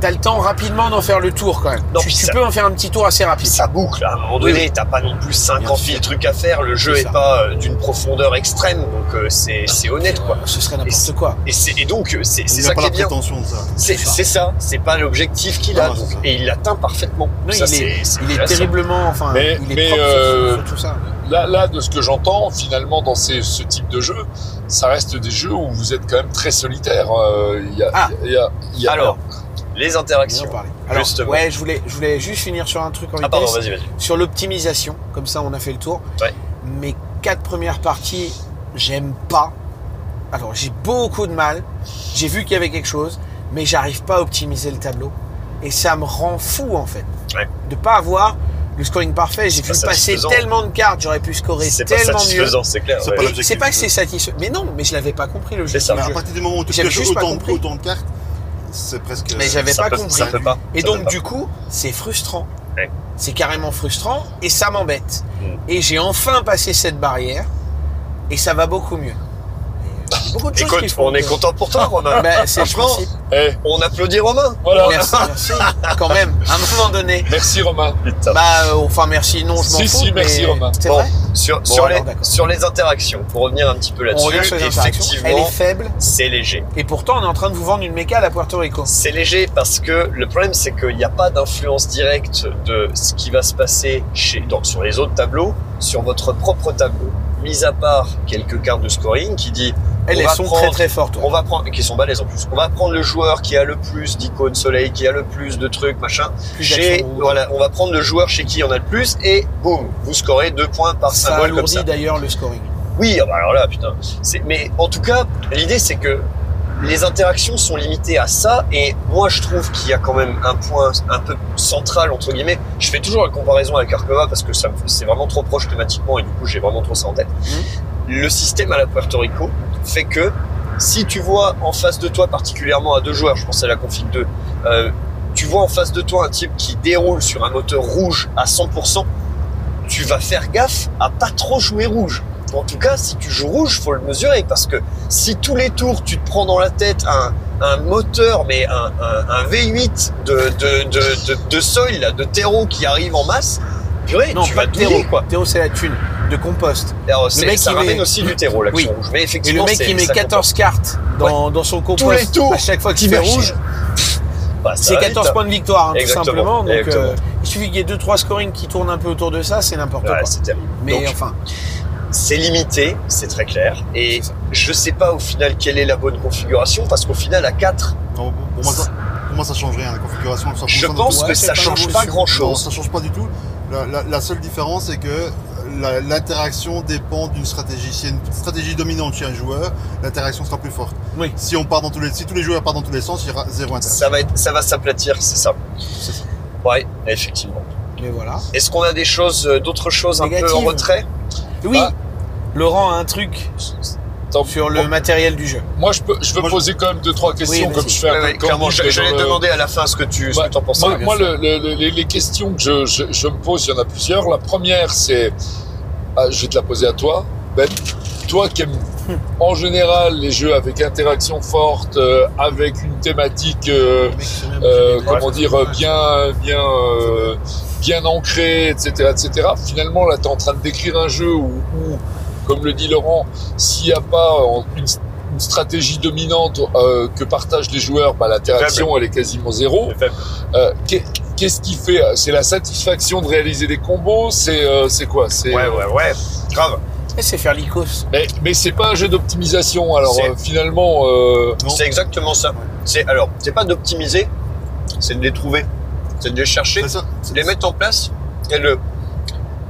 Tu as le temps rapidement d'en faire le tour quand même.
Non,
tu
puis
tu
ça-
peux en faire un petit tour assez
Puis
rapide.
ça boucle. À un moment donné, t'as pas non plus 50 000 trucs à faire. Le jeu
C'est
est,
ça.
pas euh, d'une profondeur extrême, donc euh, c'est c'est honnête quoi.
Ce serait
Et c'est-
n'importe quoi.
Et, c'est- et donc euh, c'est c'est
Il
ça
n'a pas
qui
la
est bien.
prétention de ça.
C'est c'est ça. C'est pas l'objectif qu'il a.
Non, c'est
donc-
ça.
et il l'atteint parfaitement.
Non,
Ça,
il est,
c'est- c'est
il est
intéressant.
terriblement. Enfin,
Mais-
il est
mais,
propre sur-
euh,
sur tout ça.
Là, là, de ce que j'entends, finalement, dans ces, ce type de jeu, ça reste des jeux où vous êtes quand même très solitaire. Euh, il y a-
Ah.
il y a- il y a-
Alors, les
On
interactions.
en parlait. Alors,
Justement.
ouais, je voulais, je voulais juste finir sur un truc en
Ah pardon,
vitesse.
vas-y, vas-y.
sur l'optimisation, comme ça on a fait le tour.
Ouais.
Mes quatre premières parties, j'aime pas. Alors j'ai beaucoup de mal. J'ai vu qu'il y avait quelque chose, mais j'arrive pas à optimiser le tableau. Et ça me rend fou en fait.
Ouais.
De pas avoir le scoring parfait. J'ai
C'est
vu
pas
passer
satisfaisant.
tellement de cartes, j'aurais pu scorer
C'est pas
tellement mieux.
satisfaisant, c'est clair.
C'est
ouais.
pas
Et
l'objectif
C'est pas que
du
c'est
jeu.
satisfaisant. Mais non, mais je l'avais pas compris le jeu.
C'est ça.
Mais à
Je-
partir du moment où tu
J'avais
pioches
juste pas
autant,
compris.
autant de cartes, c'est presque.
Mais j'avais
Ça
pas
peut-
compris.
Ça peut pas.
Et
ça
donc,
peut pas.
du coup, c'est frustrant.
Ouais.
C'est carrément frustrant et ça m'embête.
Mm.
Et j'ai enfin passé cette barrière et ça va beaucoup mieux. Et il y a beaucoup de choses qui
Écoute,
font
on est
que-
content pour toi, Romain.
Ben, c'est le
Franchement,
principe.
Eh,
On applaudit Romain.
voilà.
Merci, merci. Quand même, à un moment donné.
Merci, Romain.
Putain.
Bah, euh, enfin, merci, non, je m'en
Si,
fous.
si, merci,
mais
Romain.
C'est
Bon,
vrai
Sur,
Bon,
sur,
alors,
les,
d'accord.
sur les interactions, pour revenir un petit peu
On revient
là-dessus,
sur les interactions. Elle est
effectivement,
faible
c'est léger.
et pourtant, on est en train de vous vendre une méca à la Puerto Rico.
C'est léger parce que le problème, c'est qu'il n'y a pas d'influence directe de ce qui va se passer chez, dans, sur les autres tableaux, sur votre propre tableau. Mis à part quelques cartes de scoring qui dit
Elles,
On
elles
va
sont très
prendre-
très fortes. ouais.
on va prendre, qui sont balaises en plus, on va prendre le joueur qui a le plus d'icônes soleil, qui a le plus de trucs, machin.
Plus
Chez,
d'actions.
voilà, on va prendre le joueur chez qui il y en a le plus et boum, vous scorez deux points par
Ça
symbole comme ça.
alourdit d'ailleurs le scoring.
Oui, ah bah alors là, putain. C'est- Mais en tout cas, l'idée c'est que les interactions sont limitées à ça, et moi je trouve qu'il y a quand même un point un peu central entre guillemets. Je fais toujours la comparaison avec Arkova parce que ça me- c'est vraiment trop proche thématiquement et du coup j'ai vraiment trop ça en tête. Le système à la Puerto Rico fait que si tu vois en face de toi particulièrement à deux joueurs, je pense à la config 2, euh, tu vois en face de toi un type qui déroule sur un moteur rouge à 100%, tu vas faire gaffe à pas trop jouer rouge. En tout cas, si tu joues rouge, faut le mesurer parce que si tous les tours tu te prends dans la tête un, un moteur, mais un, un- un V8 de, de, de, de, de soil, là, de terreau qui arrive en masse, purée,
Non,
tu
pas
vas
de
te douiller,
terreau.
quoi.
Terreau, c'est la thune de compost.
Alors, Euh, c'est-
mec,
ça
il
ramène
met-
aussi du terreau, l'action
Oui.
rouge. Mais
Et le
effectivement,
mec
c'est-
qui met
ça
14 cartes dans, dans son compost
Tous les tours
à chaque fois
Qui
qu'il fait
marche.
rouge,
compense. Bah, ça
c'est
va
14
vite, hein.
points de victoire, hein, tout
Exactement.
simplement. Donc,
Exactement.
euh, il suffit qu'il y ait 2-3 scorings qui tournent un peu autour de ça, c'est n'importe
Ouais,
quoi.
c'est terrible.
Mais
Donc,
enfin,
c'est limité, c'est très clair. Et je sais pas au final quelle est la bonne configuration parce qu'au final, à 4,
Non, pour- pour, moi, ça, pour moi, ça change rien, la configuration. Ça
je
fonctionne
pense
ouais,
que
c'est
ça
pas
change
une
pas
révolution.
grand
Non,
chose.
ça change pas du tout. La, la- la seule différence, c'est que la- l'interaction dépend d'une stratégie. S'il y a une stratégie dominante chez un joueur, l'interaction sera plus forte.
Oui.
Si, on part dans tous les, si tous les joueurs partent dans tous les sens, il y aura zéro interaction.
Ça va être, ça va s'aplatir, c'est ça.
C'est ça.
Ouais, effectivement.
mais voilà.
Est-ce qu'on a des choses, euh, d'autres choses un peu en
Négatives.
retrait
Oui,
Ah.
Laurent a un truc
Tant pis.
sur le matériel du jeu.
Moi, je peux, je veux
Moi, je-
poser quand même deux, trois questions,
vas-y.
comme je fais à
Ouais, ouais,
Concorde,
clairement, je-
dans
j'allais
le-
demander à la fin ce que tu, ce
euh, Bah,
que t'en pensais.
Moi,
bien
moi,
sûr.
le- le- le- les, les questions que je, je- je me pose, il y en a plusieurs. La première, c'est, ah, je vais te la poser à toi, Ben. Toi qui aimes
Hum.
en général les jeux avec interaction forte, euh, avec une thématique, euh, euh, comment dire, euh, bien, bien, euh, bien ancrée, etc., etc. Finalement, là, tu es en train de décrire un jeu où, où, comme le dit Laurent, s'il n'y a pas euh, une, une stratégie dominante euh, que partagent les joueurs, bah, l'interaction, elle est quasiment zéro.
Le faible.
Euh, qu'est- Qu'est-ce qui fait euh, C'est la satisfaction de réaliser des combos C'est euh, c'est quoi C'est
Ouais, ouais, ouais. Grave.
Et Eh, c'est faire l'icos.
Mais, mais c'est pas un jeu d'optimisation. Alors
C'est-
euh, finalement, euh, non.
C'est exactement ça. C'est alors, c'est pas d'optimiser, c'est de les trouver, c'est de les chercher,
C'est ça.
de les mettre en place. Et le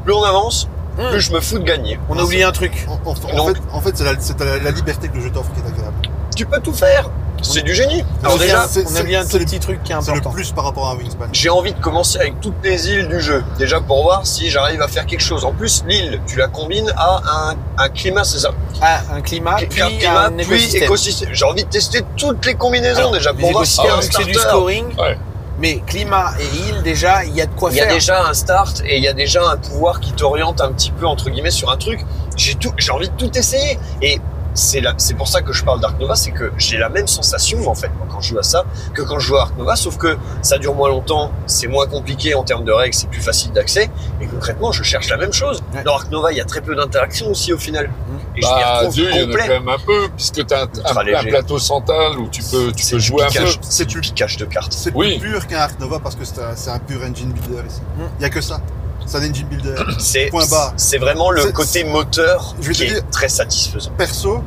plus on avance,
Hmm.
plus je me fous de gagner.
On a oublié un truc.
En, en- en
Donc-
fait, en fait, c'est la, c'est la- la liberté que le jeu t'offre qui est agréable.
Tu peux tout faire. C'est du génie. Alors
C'est-
déjà,
c'est-
on a oublié un
c'est
tout
le-
petit truc qui est
C'est le
important.
plus par rapport à un Wingspan.
j'ai envie de commencer avec toutes les îles du jeu. Déjà pour voir si j'arrive à faire quelque chose. En plus, l'île, tu la combines à un, un climat, c'est ça.
Ah, un climat, puis
un climat,
un
puis
écosystème.
écosystème. J'ai envie de tester toutes les combinaisons
Alors,
déjà
Les
pour voir s'il y a
écosystèmes,
un
vu que c'est
starter.
du scoring.
Ouais.
Mais climat et île, déjà, il y a de quoi
Il y a
faire.
déjà un start et il y a déjà un pouvoir qui t'oriente un petit peu entre guillemets sur un truc. J'ai tout, j'ai envie de tout essayer et c'est là, c'est pour ça que je parle d'Ark Nova, c'est que j'ai la même sensation en fait moi, quand je joue à ça que quand je joue à Ark Nova, sauf que ça dure moins longtemps, c'est moins compliqué en termes de règles, c'est plus facile d'accès. Et concrètement, je cherche la même chose.
Ouais.
Dans Ark Nova, il y a très peu d'interactions aussi au final. Et je m'y
Bah,
retrouve
Dieu, il y en a
complet.
quand même un peu, puisque tu as un,
Ultra
un- un
léger.
plateau central où tu peux, tu
C'est
peux
du
jouer un peu.
piquage- C'est du piquage de cartes.
C'est
Oui.
plus pur qu'un Arc Nova parce que c'est un, c'est un pur engine builder ici.
Mm.
Il y a que ça. C'est un engine builder.
C'est
Point barre.
c'est vraiment le
C'est-
côté moteur
Je vais
qui
te
est
dire-
très satisfaisant.
Perso,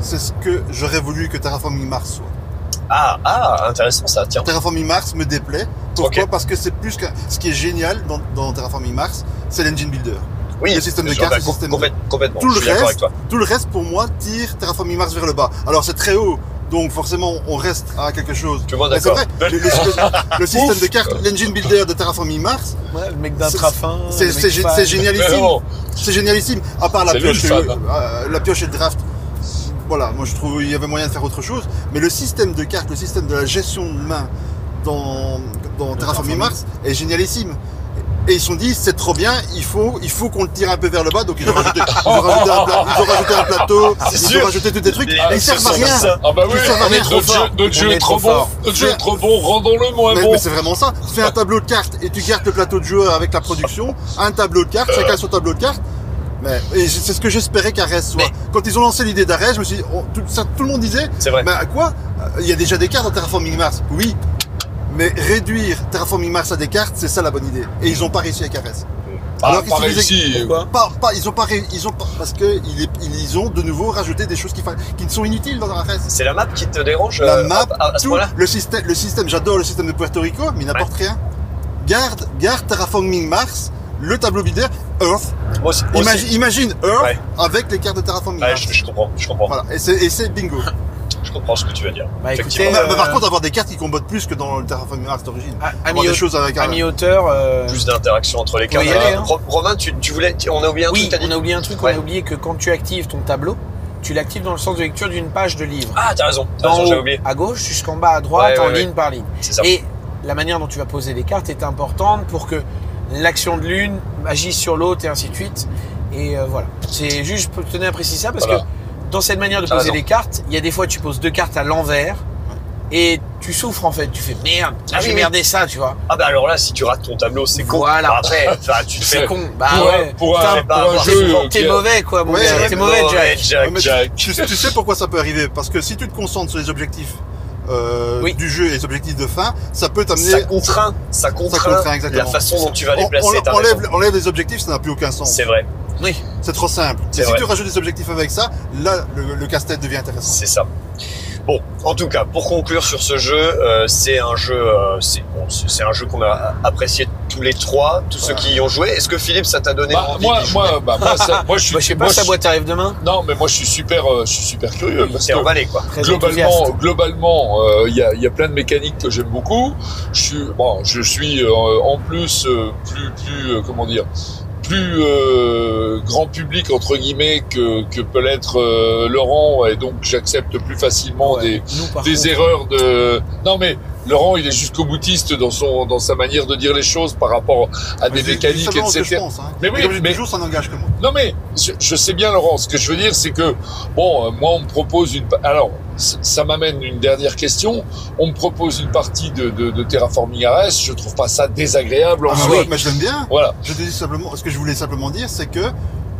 c'est ce que j'aurais voulu que Terraforming Mars soit.
Ah ah intéressant ça tiens.
Terraforming Mars me déplaît. Pourquoi
Ok.
Parce que c'est plus que ce qui est génial dans, dans Terraforming Mars, c'est l'engine builder.
Oui,
Le système
bien
de
sûr,
cartes,
bah,
le
com-
système-
complète- complètement.
Tout
je
le
suis d'accord avec
reste,
toi.
tout le reste pour moi tire Terraforming Mars vers le bas. Alors c'est très haut, donc forcément on reste à quelque chose.
Tu vois,
Mais bah, c'est
d'accord.
vrai, le, le- le- le système de cartes, l'engine builder de Terraforming Mars,
Ouais, le mec d'un
C'est-
trafin.
c'est
le mec
c'est
fan.
gé- c'est génialissime.
Vraiment.
C'est génialissime. À part la
C'est lui le
pioche, et,
fan,
le-
hein.
euh, la pioche et le draft. Voilà, moi je trouve il y avait moyen de faire autre chose. Mais le système de cartes, le système de la gestion de main dans, dans Terraforming
Terraforming.
Mars est génialissime. Et ils se sont dit, c'est trop bien, il faut, il faut qu'on le tire un peu vers le bas. Donc ils ont rajouté, ils ont rajouté un, pla- ils ont rajouté un plateau, ils
sûr.
ont rajouté tous des trucs.
Les-
Et ils servent à rien.
Ah bah oui,
Tout ça va bien, trop
notre jeu,
fort.
notre
On
jeu
est
est trop
trop
bon,
fort.
notre jeu est trop bon, rendons-le moins
Mais,
bon.
mais c'est vraiment ça. Fais un tableau de cartes et tu gardes le plateau de joueurs avec la production, un tableau de cartes, chacun son tableau de cartes. Mais et c'est ce que j'espérais qu'Ares soit.
Mais-
Quand ils ont lancé l'idée d'Ares, je me suis dit, oh, tout, ça, tout le monde disait,
C'est vrai.
mais à quoi Euh, Il y a déjà des cartes dans Terraforming Mars. Oui. Mais réduire Terraforming Mars à des cartes, c'est ça la bonne idée. Et ils n'ont pas réussi avec Ares.
Ah,
alors,
pas
il suffisait-
réussi.
Pourquoi
Pas, pas, ils ont pas, ré- ils ont pas, parce que ils, est- ils ont de nouveau rajouté des choses qui, fa- qui ne sont inutiles dans Ares.
C'est la map qui te dérange
La
euh,
map,
à- à, à ce
Tout,
point-là
le système, le système j'adore le système de Puerto Rico, mais il n'apporte rien. Garde, garde Terraforming Mars, le tableau binaire, Earth.
Moi aussi. moi
Imagine,
aussi.
imagine Earth
Ouais.
avec les cartes de Terraforming
Ouais,
Mars.
je, je comprends, je comprends,
Voilà, et c'est, et c'est bingo.
je comprends ce que tu veux dire.
Bah,
Effectivement.
écoutez,
Mais- mais
euh,
par contre, avoir des cartes qui combattent plus que dans le Terraforming Mars d'origine.
Ah,
Avoir
Ami,
des choses avec un.
ami auteur. euh,
Plus d'interaction entre les
On
cartes.
peut y aller, hein.
Ro- Romain, tu, tu voulais, tu- on a oublié un
Oui,
truc, t'as dit.
on a oublié un truc.
Ouais.
On a oublié que quand tu actives ton tableau, tu l'actives dans le sens de lecture d'une page de livre.
Ah, t'as raison, t'as
D'en
raison, j'ai
haut
oublié.
à gauche jusqu'en bas à droite,
Ouais, ouais,
en
ouais.
ligne par ligne.
C'est ça.
Et la manière dont tu vas poser les cartes est importante pour que l'action de l'une agisse sur l'autre et ainsi de suite. Et euh, voilà. C'est juste, je tenais à préciser ça parce
Voilà.
que dans cette manière de
T'as
poser
raison.
les cartes, il y a des fois tu poses deux cartes à l'envers et tu souffres en fait. Tu fais merde,
Ah
j'ai
oui, oui.
merdé ça, tu vois.
Ah bah alors là, si tu rates ton tableau, c'est con.
Voilà.
Bah, Après, enfin, tu te
C'est
fais
C'est con. Bah
pour, un-
ouais.
pour un,
Putain, bah,
pour un
avoir
jeu euh, qui
T'es
a-
mauvais quoi, mon
Ouais,
gars.
ouais,
T'es mauvais, Jack.
Ouais, mais tu-
Jack.
tu, sais- tu sais pourquoi ça peut arriver Parce que si tu te concentres sur les objectifs euh,
Oui.
du jeu et les objectifs de fin, ça peut t'amener.
Ça contraint, ça contraint
contraint, exactement.
la façon dont tu vas les
on,
placer.
on,
t'as
on
raison.
lève, on lève les objectifs, ça n'a plus aucun sens.
C'est vrai,
Oui.
C'est trop simple.
C'est
Et si
vrai.
tu rajoutes des objectifs avec ça, là, le, le casse-tête devient intéressant.
c'est ça. Bon, en tout cas, pour conclure sur ce jeu, euh, c'est un jeu, euh, c'est bon, c'est c'est un jeu qu'on a apprécié tous les trois, tous
Voilà.
ceux qui y ont joué. Est-ce que Philippe, ça t'a donné
Bah,
envie
moi,
d'y jouer Ah,
moi, bah, moi, ça- moi, je suis,
Bah, je sais pas,
moi,
sa
je-
boîte arrive demain.
Non, mais moi, je suis super, euh, je suis euh, super curieux. parce
T'es
que-
emballé, quoi.
Très
globalement,
enthousiaste.
globalement, euh, il y, a, il y a plein de mécaniques que j'aime beaucoup. Je suis, bon, je suis euh, en plus euh, plus plus euh, comment dire plus euh, grand public entre guillemets que, que peut l'être euh, Laurent et donc j'accepte plus facilement
Ouais.
euh, des
Nous, par
des
contre,
erreurs de non mais Laurent il est jusqu'au boutiste dans son dans sa manière de dire les choses par rapport à
Mais
des
c'est-
mécaniques
c'est seulement ce que je
etc.
pense, hein.
Mais oui,
Et comme je dis
mais-
toujours, ça n'engage que moi.
Non mais je, je sais bien Laurent, ce que je veux dire c'est que bon euh, moi on me propose une pa- alors c- ça m'amène une dernière question, on me propose une partie de de, de Terraforming Ares, je trouve pas ça désagréable en
Ah,
soi.
ouais, mais je l'aime bien.
Voilà.
Je te dis simplement, ce que je voulais simplement dire, c'est que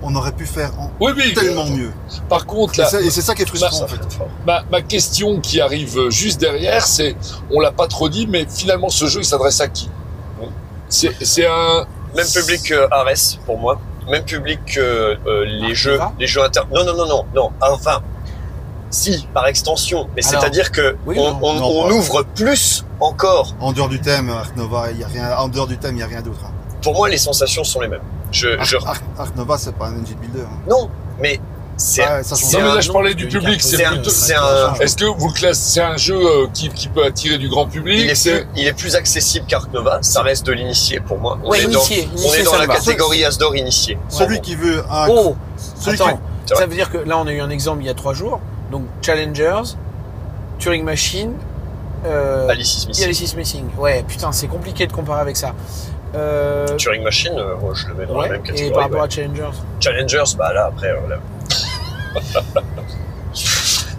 on aurait pu faire en-
Oui oui.
tellement mieux.
Par contre
Et
là,
ça- et c'est ça qui est frustrant,
ça-
en fait.
ma, ma question qui arrive euh, juste derrière c'est on l'a pas trop dit mais finalement ce jeu il s'adresse à qui C'est c'est un
Même public que Ares, pour moi. même public que euh, les jeux,
vin
les jeux inter. Non, non, non, non, non, un vin. Si, par extension. Mais
Alors,
c'est-à-dire que
oui,
on,
non,
on-
non,
on
pas.
ouvre plus encore.
En dehors du thème, Art Nova, il y a rien. En dehors du thème, il y a rien d'autre. hein.
Pour moi, les sensations sont les mêmes. Je, je...
Art, Art Nova, c'est pas un engine builder. hein.
Non, mais c'est
Ouais, ça change
c'est
Non, mais
un-
là, je parlais
nom,
du
parce que
public.
les
C'est
cartes-
plutôt-
c'est un-
Est-ce que vous le classez, c'est un jeu euh, qui, qui peut attirer du grand public
il est,
c'est-
plus, il est plus accessible qu'Arc Nova, ça reste de l'initié pour moi. On
Ouais,
est dans,
initié,
on est
initié,
dans
ça
la
me va.
catégorie Asdor initié.
Celui qui veut un.
Oh,
celui
attends,
C'est
ça veut dire que là on a eu un exemple il y a trois jours, donc Challengers, Turing Machine, euh,
Alice Smith.
il y a les six Missing. Ouais, putain, c'est compliqué de comparer avec ça. Euh,
Turing Machine, euh, moi, je le mets dans
ouais,
la même
et par
catégorie.
rapport
ouais.
à Challengers.
Challengers, bah là, après, euh, là,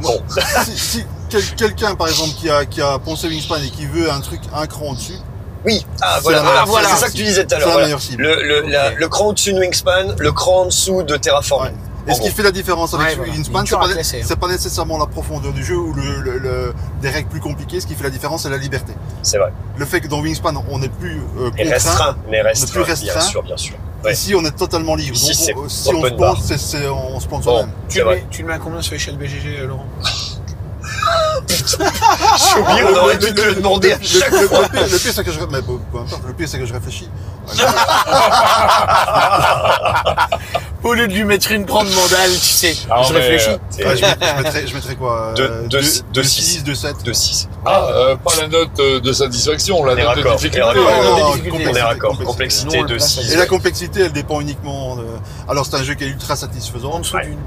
Bon. si si quel- quelqu'un, par exemple, qui a, qui a poncé Wingspan et qui veut un truc un cran dessus,
Oui, ah
C'est
voilà,
la
voilà,
meilleure
voilà.
cible.
c'est ça que tu disais tout à
c'est
l'heure.
la
voilà.
meilleure cible.
Le, le, la- le cran au-dessus de Wingspan, le cran en dessous de Terraform.
Ouais. Et
Oh.
ce qui fait la différence avec
Ouais, voilà.
Wingspan,
Il est
c'est
dur à
pas,
classer, hein.
c'est pas nécessairement la profondeur du jeu ou le, le- le- des règles plus compliquées. Ce qui fait la différence, c'est la liberté.
C'est vrai.
Le fait que dans Wingspan, on n'est plus euh,
Et
contraint.
restreint, mais restreint,
plus
bien
restreint.
sûr, bien sûr. ouais.
Ici, on est totalement libre.
Ici, c'est
Donc, on- euh, si on se
open
plante,
bar.
c'est- c'est- on se plante
Bon.
soi-même.
Tu
C'est
le,
vrai.
mets, tu le mets à combien sur l'échelle BGG, euh, Laurent
J'ai oublié, on aurait dû te le demander à
Le,
chaque
le- le pire, le pire, c'est que je, mais peu- peu importe, le pire, c'est que je réfléchis.
Au lieu de lui mettre une grande mandale, tu sais,
Ah,
je
mais,
réfléchis.
euh,
c'est-
Ouais, je, mettrais, je mettrais- je mettrais quoi euh,
Deux- deux- deux-
6, 2, 7.
2-6.
Ah, euh, pas la note euh, de satisfaction, la
Les
note
raccords,
de difficulté.
les raccords.
euh,
des
non,
difficultés.
On est
complexité,
raccord,
complexité.
Sinon,
complexité
on le place à
2-6.
Et la complexité, elle dépend uniquement de... Alors, c'est un jeu qui est ultra
En
satisfaisant.
dessous
Ouais.
d'une.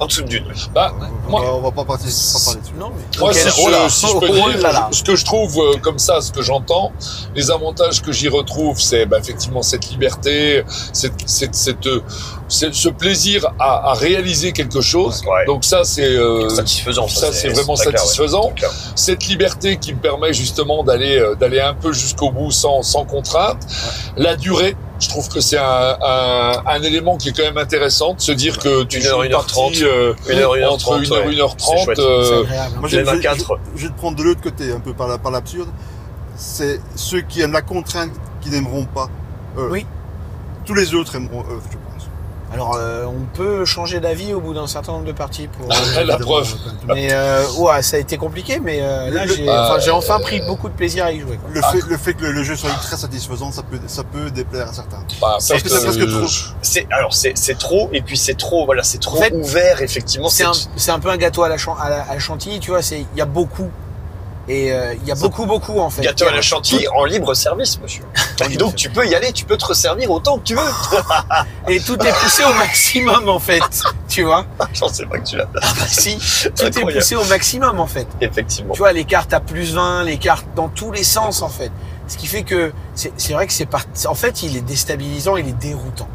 En dessous de Dune.
bah,
On
moi-
va, on va pas parler pas parler dessus.
Non, mais.
Moi,
Ok,
si,
oh là,
je, si je peux
oh
dire,
là là.
ce que je trouve euh, comme ça, ce que j'entends, les avantages que j'y retrouve, c'est bah, effectivement cette liberté, cette, cette, cette, euh, ce- ce plaisir à, à réaliser quelque chose.
Ouais.
Donc ça, c'est euh,
Satisfaisant.
ça, c'est vraiment
très clair, ouais.
satisfaisant.
Très clair.
cette liberté qui me permet justement d'aller euh, d'aller un peu jusqu'au bout sans sans contrainte. La durée, je trouve que c'est un, un un élément qui est quand même intéressant de se dire que tu
Une
joues
heure,
une
une heure
partie
trente.
euh,
Une heure, une heure
entre
trente,
une heure
ouais.
une heure
C'est
trente.
chouette.
C'est
euh,
agréable. hein.
Moi,
Les
je, je-
24.
je- je vais te prendre de l'autre côté, un peu par, la- par l'absurde. C'est ceux qui aiment la contrainte qui n'aimeront pas eux.
Oui.
Tous les autres aimeront eux, je pense.
Alors, euh, on peut changer d'avis au bout d'un certain nombre de parties pour.
la preuve.
mais euh, ouais, ça a été compliqué, mais euh, là,
Le-
j'ai
bah,
enfin, j'ai enfin pris beaucoup de plaisir à y jouer. quoi.
Le
Ah.
fait, le fait que le, le jeu soit très satisfaisant, ça peut, ça peut déplaire à certains.
bah,
C'est-
parce
que c'est parce que trop.
C'est alors c'est c'est trop et puis c'est trop voilà c'est trop
En fait,
ouvert effectivement
C'est un, c'est un peu un gâteau à la, chan- à la, à la chantilly, tu vois, c'est- il y a beaucoup. Et euh, il y a beaucoup, beaucoup en fait.
gâteau à la chantilly en libre service monsieur. Et donc tu peux y aller, tu peux te resservir autant que tu veux.
Et tout est poussé au maximum en fait, tu vois.
J'en sais pas que tu l'as.
Si, tout est
Incroyable.
poussé au maximum en fait.
Effectivement.
Tu vois, les cartes à plus 20, les cartes dans tous les sens en fait. Ce qui fait que c'est c'est vrai que c'est par... En fait, il est déstabilisant, il est déroutant.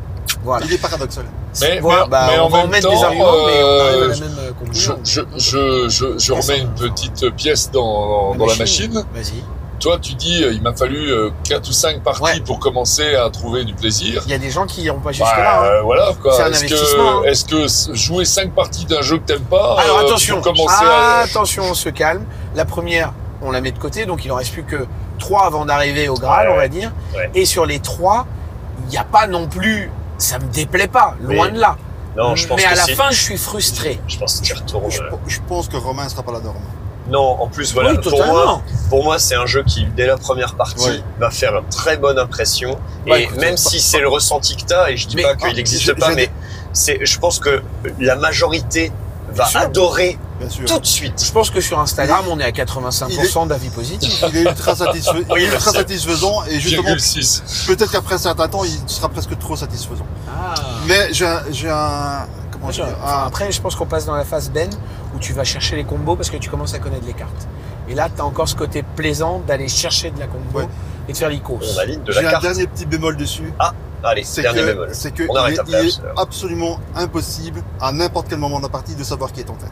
Voilà.
Il est paradoxal.
Mais-
Voilà,
mais-
bah,
mais
on
en
va en
même
mettre
temps,
des arguments, mais on arrive à la
euh,
même euh,
Je,
conclusion.
je, je, je, je remets une petite pièce dans, dans la machine.
Vas-y.
Toi, tu dis, euh, il m'a fallu euh, quatre ou cinq parties
Ouais.
pour commencer à trouver du plaisir.
Il y a des gens qui iront pas
Bah,
jusque-là. hein.
euh, voilà
C'est
quoi.
un
Est-ce
investissement, hein.
que, est-ce que s- jouer cinq parties d'un jeu que t'aimes pas,
Alors
euh,
attention, Ah,
pour commencer à...
attention, on se calme. La première, on la met de côté, donc il en reste plus que trois avant d'arriver au Graal,
Ouais,
on va dire.
ouais.
Et sur les trois, il n'y a pas non plus. Ça me déplaît pas, loin
Mais-
de là.
Non, je pense
Mais
que
à la
c'est-
fin, je suis frustré.
Je pense que tu retournes.
Je,
euh,
je pense que Romain ne sera pas la norme.
Non, en plus voilà,
oui,
pour moi,
totalement.
pour moi c'est un jeu qui dès la première partie
Ouais.
va faire une très bonne impression.
Ouais,
et
écoute,
même si c'est le ressenti que t'as, et je dis
Mais-
pas
ah,
qu'il n'existe
je-
pas,
je-
mais c'est, je pense que la majorité va
sûr.
adorer
Bien sûr.
tout de suite.
Je pense que sur Instagram, on est à 85% d'avis positifs.
Il est ultra, satisfais- il est
Oui, je
ultra
sais.
satisfaisant et justement,
0,6.
peut-être qu'après un certain temps, il sera presque trop satisfaisant.
Ah.
Ah.
Mais j'ai un, j'ai un, comment
Enfin,
dire, un,
Ah, après, je pense qu'on passe dans la phase Ben où tu vas chercher les combos parce que tu commences à connaître les cartes. Et là, tu as encore ce côté plaisant d'aller chercher de la combo
Ouais.
et de faire l'icos.
On valide de
j'ai
la
un
carte.
dernier petit bémol dessus.
Allez,
C'est
dernier
que,
bémol.
c'est que
On arrête
il est,
après,
il est
parce que-
absolument impossible à n'importe quel moment de la partie de savoir qui est en tête.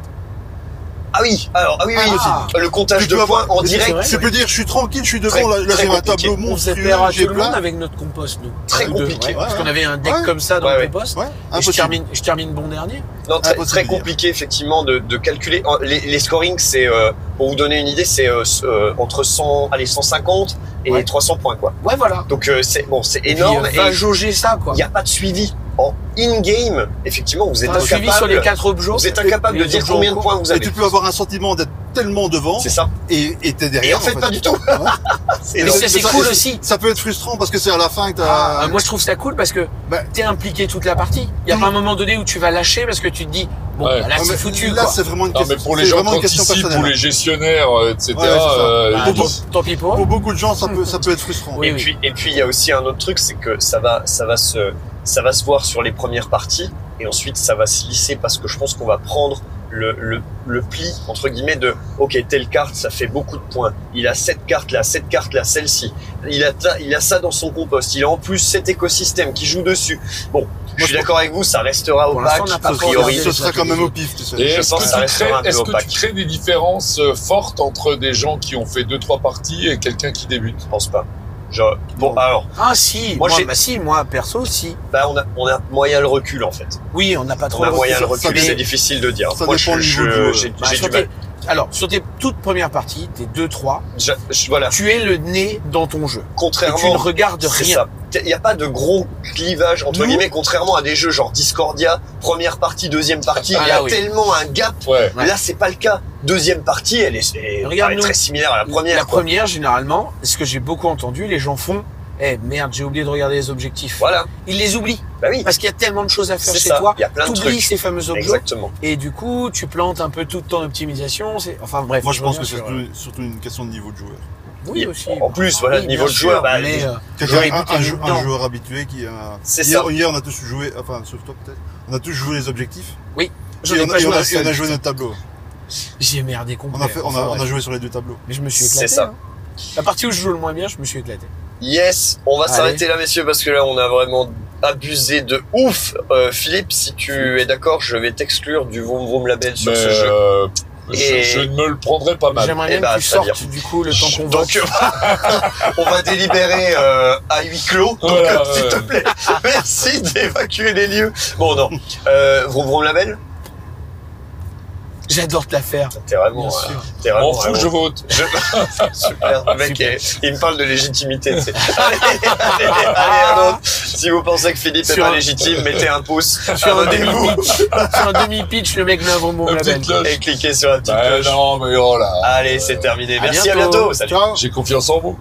Ah oui, alors, ah oui, oui,
Ah.
le comptage
Tu
de
peux
points
avoir-
en
mais
c'est
direct,
vrai.
Tu peux dire, je suis tranquille, je suis devant,
Très-
là, là,
très
j'ai un
compliqué.
tableau
On faisait perdre
monstrueux,
à
j'ai
tout le monde
plein.
avec notre compost, nous.
Très
Nous deux,
compliqué.
ouais, parce
Ouais,
qu'on avait un deck
ouais.
comme ça dans
Ouais,
le
ouais.
compost.
Ouais,
Et je
impossible.
termine, je termine bon dernier.
non, très,
Impossible
très
de dire.
compliqué effectivement de, de calculer. En- Les, les scorings, c'est euh, pour vous donner une idée, c'est euh, c- euh, entre 100, allez, 150 et
Ouais.
300 points quoi.
Ouais, voilà.
Donc euh, c'est bon, c'est
Et
énorme
puis, euh, va
et
jauger ça, quoi.
il n'y a pas de suivi en in game. Effectivement, vous êtes
un suivi sur les
incapable.
quatre objets.
Vous êtes incapable de
les
dire
objets
combien de
en
points vous
Et
avez.
tu peux avoir un sentiment d'être tellement devant
C'est ça.
et et t'es
Et
derrière.
en fait, pas du tout. C'est
Mais
énorme.
ça, c'est
Ça,
cool
c'est-
aussi.
Ça peut être frustrant parce que c'est à la fin que
Ah,
t'as.
moi, je trouve ça cool parce que
Bah,
t'es impliqué toute la partie. Il y a
tout-
pas un moment donné où tu vas lâcher parce que tu te dis, bon,
Ouais.
bah là,
Ouais,
c'est
mais
foutu,
Là,
quoi.
c'est vraiment une
Non,
question.
mais pour les
c'est
gens
vraiment une
qui
question
anticipent,
personnelle.
pour les gestionnaires, euh, etc.
Ouais, c'est ça.
euh,
Bah,
il faut-
tant, tant pis pour eux.
Pour beaucoup de gens, ça peut, ça peut être frustrant.
Oui,
et
oui.
puis et puis il y a aussi un autre truc, c'est que ça va ça va se ça va se voir sur les premières parties et ensuite ça va se lisser parce que je pense qu'on va prendre le, le, le pli entre guillemets de ok telle carte ça fait beaucoup de points il a cette carte là cette carte là celle-ci il a ta- il a ça dans son compost il a en plus cet écosystème qui joue dessus bon je suis d'accord avec vous ça restera
Pour
opaque
l'instant, on n'a pas
a
encore
priori
regardé
ce sera quand même au pif, tu sais.
Et
Je
est-ce
pense
que,
que ça
tu
restera un
crées,
peu
est-ce que tu
opaque.
crées des différences euh, fortes entre des gens qui ont fait deux trois parties et quelqu'un qui débute
je pense pas Genre, bon
Non.
alors
Ah, si.
Moi,
Moi,
j'ai-
bah, si, moi, perso, si.
bah on a on a moyen le recul en fait
Oui, on n'a pas
on
trop
a
le recul.
moyen le
ça
recul
dé-
c'est difficile de dire
ça
moi
dépend
je,
du
je-
niveau du jeu.
j'ai
Bah,
j'ai
sur
du mal
tes- Alors, sur tes toutes premières parties, tes deux, trois,
Je- je- voilà,
tu es le nez dans ton jeu. Et tu ne
contrairement,
regardes
Ah. c'est
rien.
ça. Il n'y a pas de gros clivage entre
Nous-
guillemets, contrairement à des jeux genre Discordia, première partie, deuxième partie.
Ah,
il y
là,
a
oui.
tellement un gap.
Ouais.
Ouais.
Là, c'est pas le cas. Deuxième partie, elle est, elle est-
Regarde,
elle est
nous,
très similaire à la première.
La
quoi.
première, généralement, ce que j'ai beaucoup entendu, les gens font Eh merde, j'ai oublié de regarder les objectifs.
Voilà.
Ils les oublient
Bah oui.
parce qu'il y a tellement de choses à faire
C'est
chez
ça.
toi.
Il y a plein de
T'oublies
trucs.
ces fameux objets
Exactement.
et du coup, tu plantes un peu toute ton optimisation. C'est enfin bref.
Moi, je pense que c'est
reviens sur- euh,
surtout, surtout une question de niveau de joueur.
oui aussi.
En plus, voilà,
oui,
le niveau
bien
de joueur,
sûr,
bah,
mais, euh,
Quelqu'un-
j'aurais
Un,
pu
un
t'aider
jou- un
dedans.
joueur habitué qui a.
C'est
hier,
ça.
hier, on a tous joué, enfin, sauf toi peut-être. On a tous joué les objectifs.
j'en
et
ai
on,
pas
a- et
joué
on
à
a,
la
et on a
seule.
joué notre tableau.
J'ai merdé complètement.
On a, fait, on, a, on a joué sur les deux tableaux.
Mais je me suis
C'est
éclaté.
ça.
hein. La partie où je joue le moins bien, je me suis éclaté.
Yes, on va
Allez.
s'arrêter là, messieurs, parce que là, on a vraiment abusé de ouf. Euh, Philippe, si tu es d'accord, je vais t'exclure du Vroom Vroom Label sur
Mais,
ce jeu.
euh,
Et-
je, je ne me le prendrais pas mal.
J'aimerais
Eh
bien
bah,
que tu
ça
sortes du coup le temps qu'on vote.
Donc, euh, on va délibérer euh, à huis clos. Donc,
Voilà,
euh, s'il
ouais.
te plaît, merci d'évacuer les lieux. Bon, non. Euh, vroom vroom label
J'adore te la faire.
T'es vraiment.
Bien
euh,
sûr.
T'es vraiment.
M'en fous,
vraiment
je vote.
super. Le mec,
Super. Ah,
est- il me parle de légitimité. tu sais. allez, allez, allez, un autre. Si vous pensez que Philippe est
Sur
pas
un-
légitime, mettez un pouce.
Sur un
Abonnez-vous
demi-pitch, sur un demi-pitch, le mec met un bonbon
Un
label.
petit cloche.
et cliquez sur la petite
Bah,
cloche.
non, mais oh là.
Allez, c'est terminé.
À
Merci, à
bientôt.
bientôt. Salut.
Ciao!
J'ai confiance en vous.